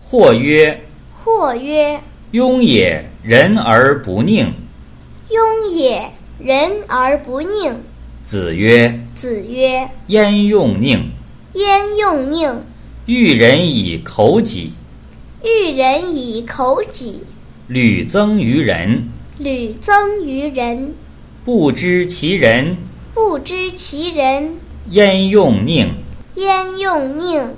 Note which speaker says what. Speaker 1: 或曰
Speaker 2: 或曰：“
Speaker 1: 庸也，人而不佞。”
Speaker 2: 庸也，人而不佞。
Speaker 1: 子曰
Speaker 2: 子曰：“
Speaker 1: 焉用佞？
Speaker 2: 焉用佞？
Speaker 1: 欲人以口己，
Speaker 2: 欲人以口己，
Speaker 1: 屡增于人，
Speaker 2: 屡增于人。
Speaker 1: 不知其人，
Speaker 2: 不知其人，
Speaker 1: 焉用佞？”
Speaker 2: 焉用佞？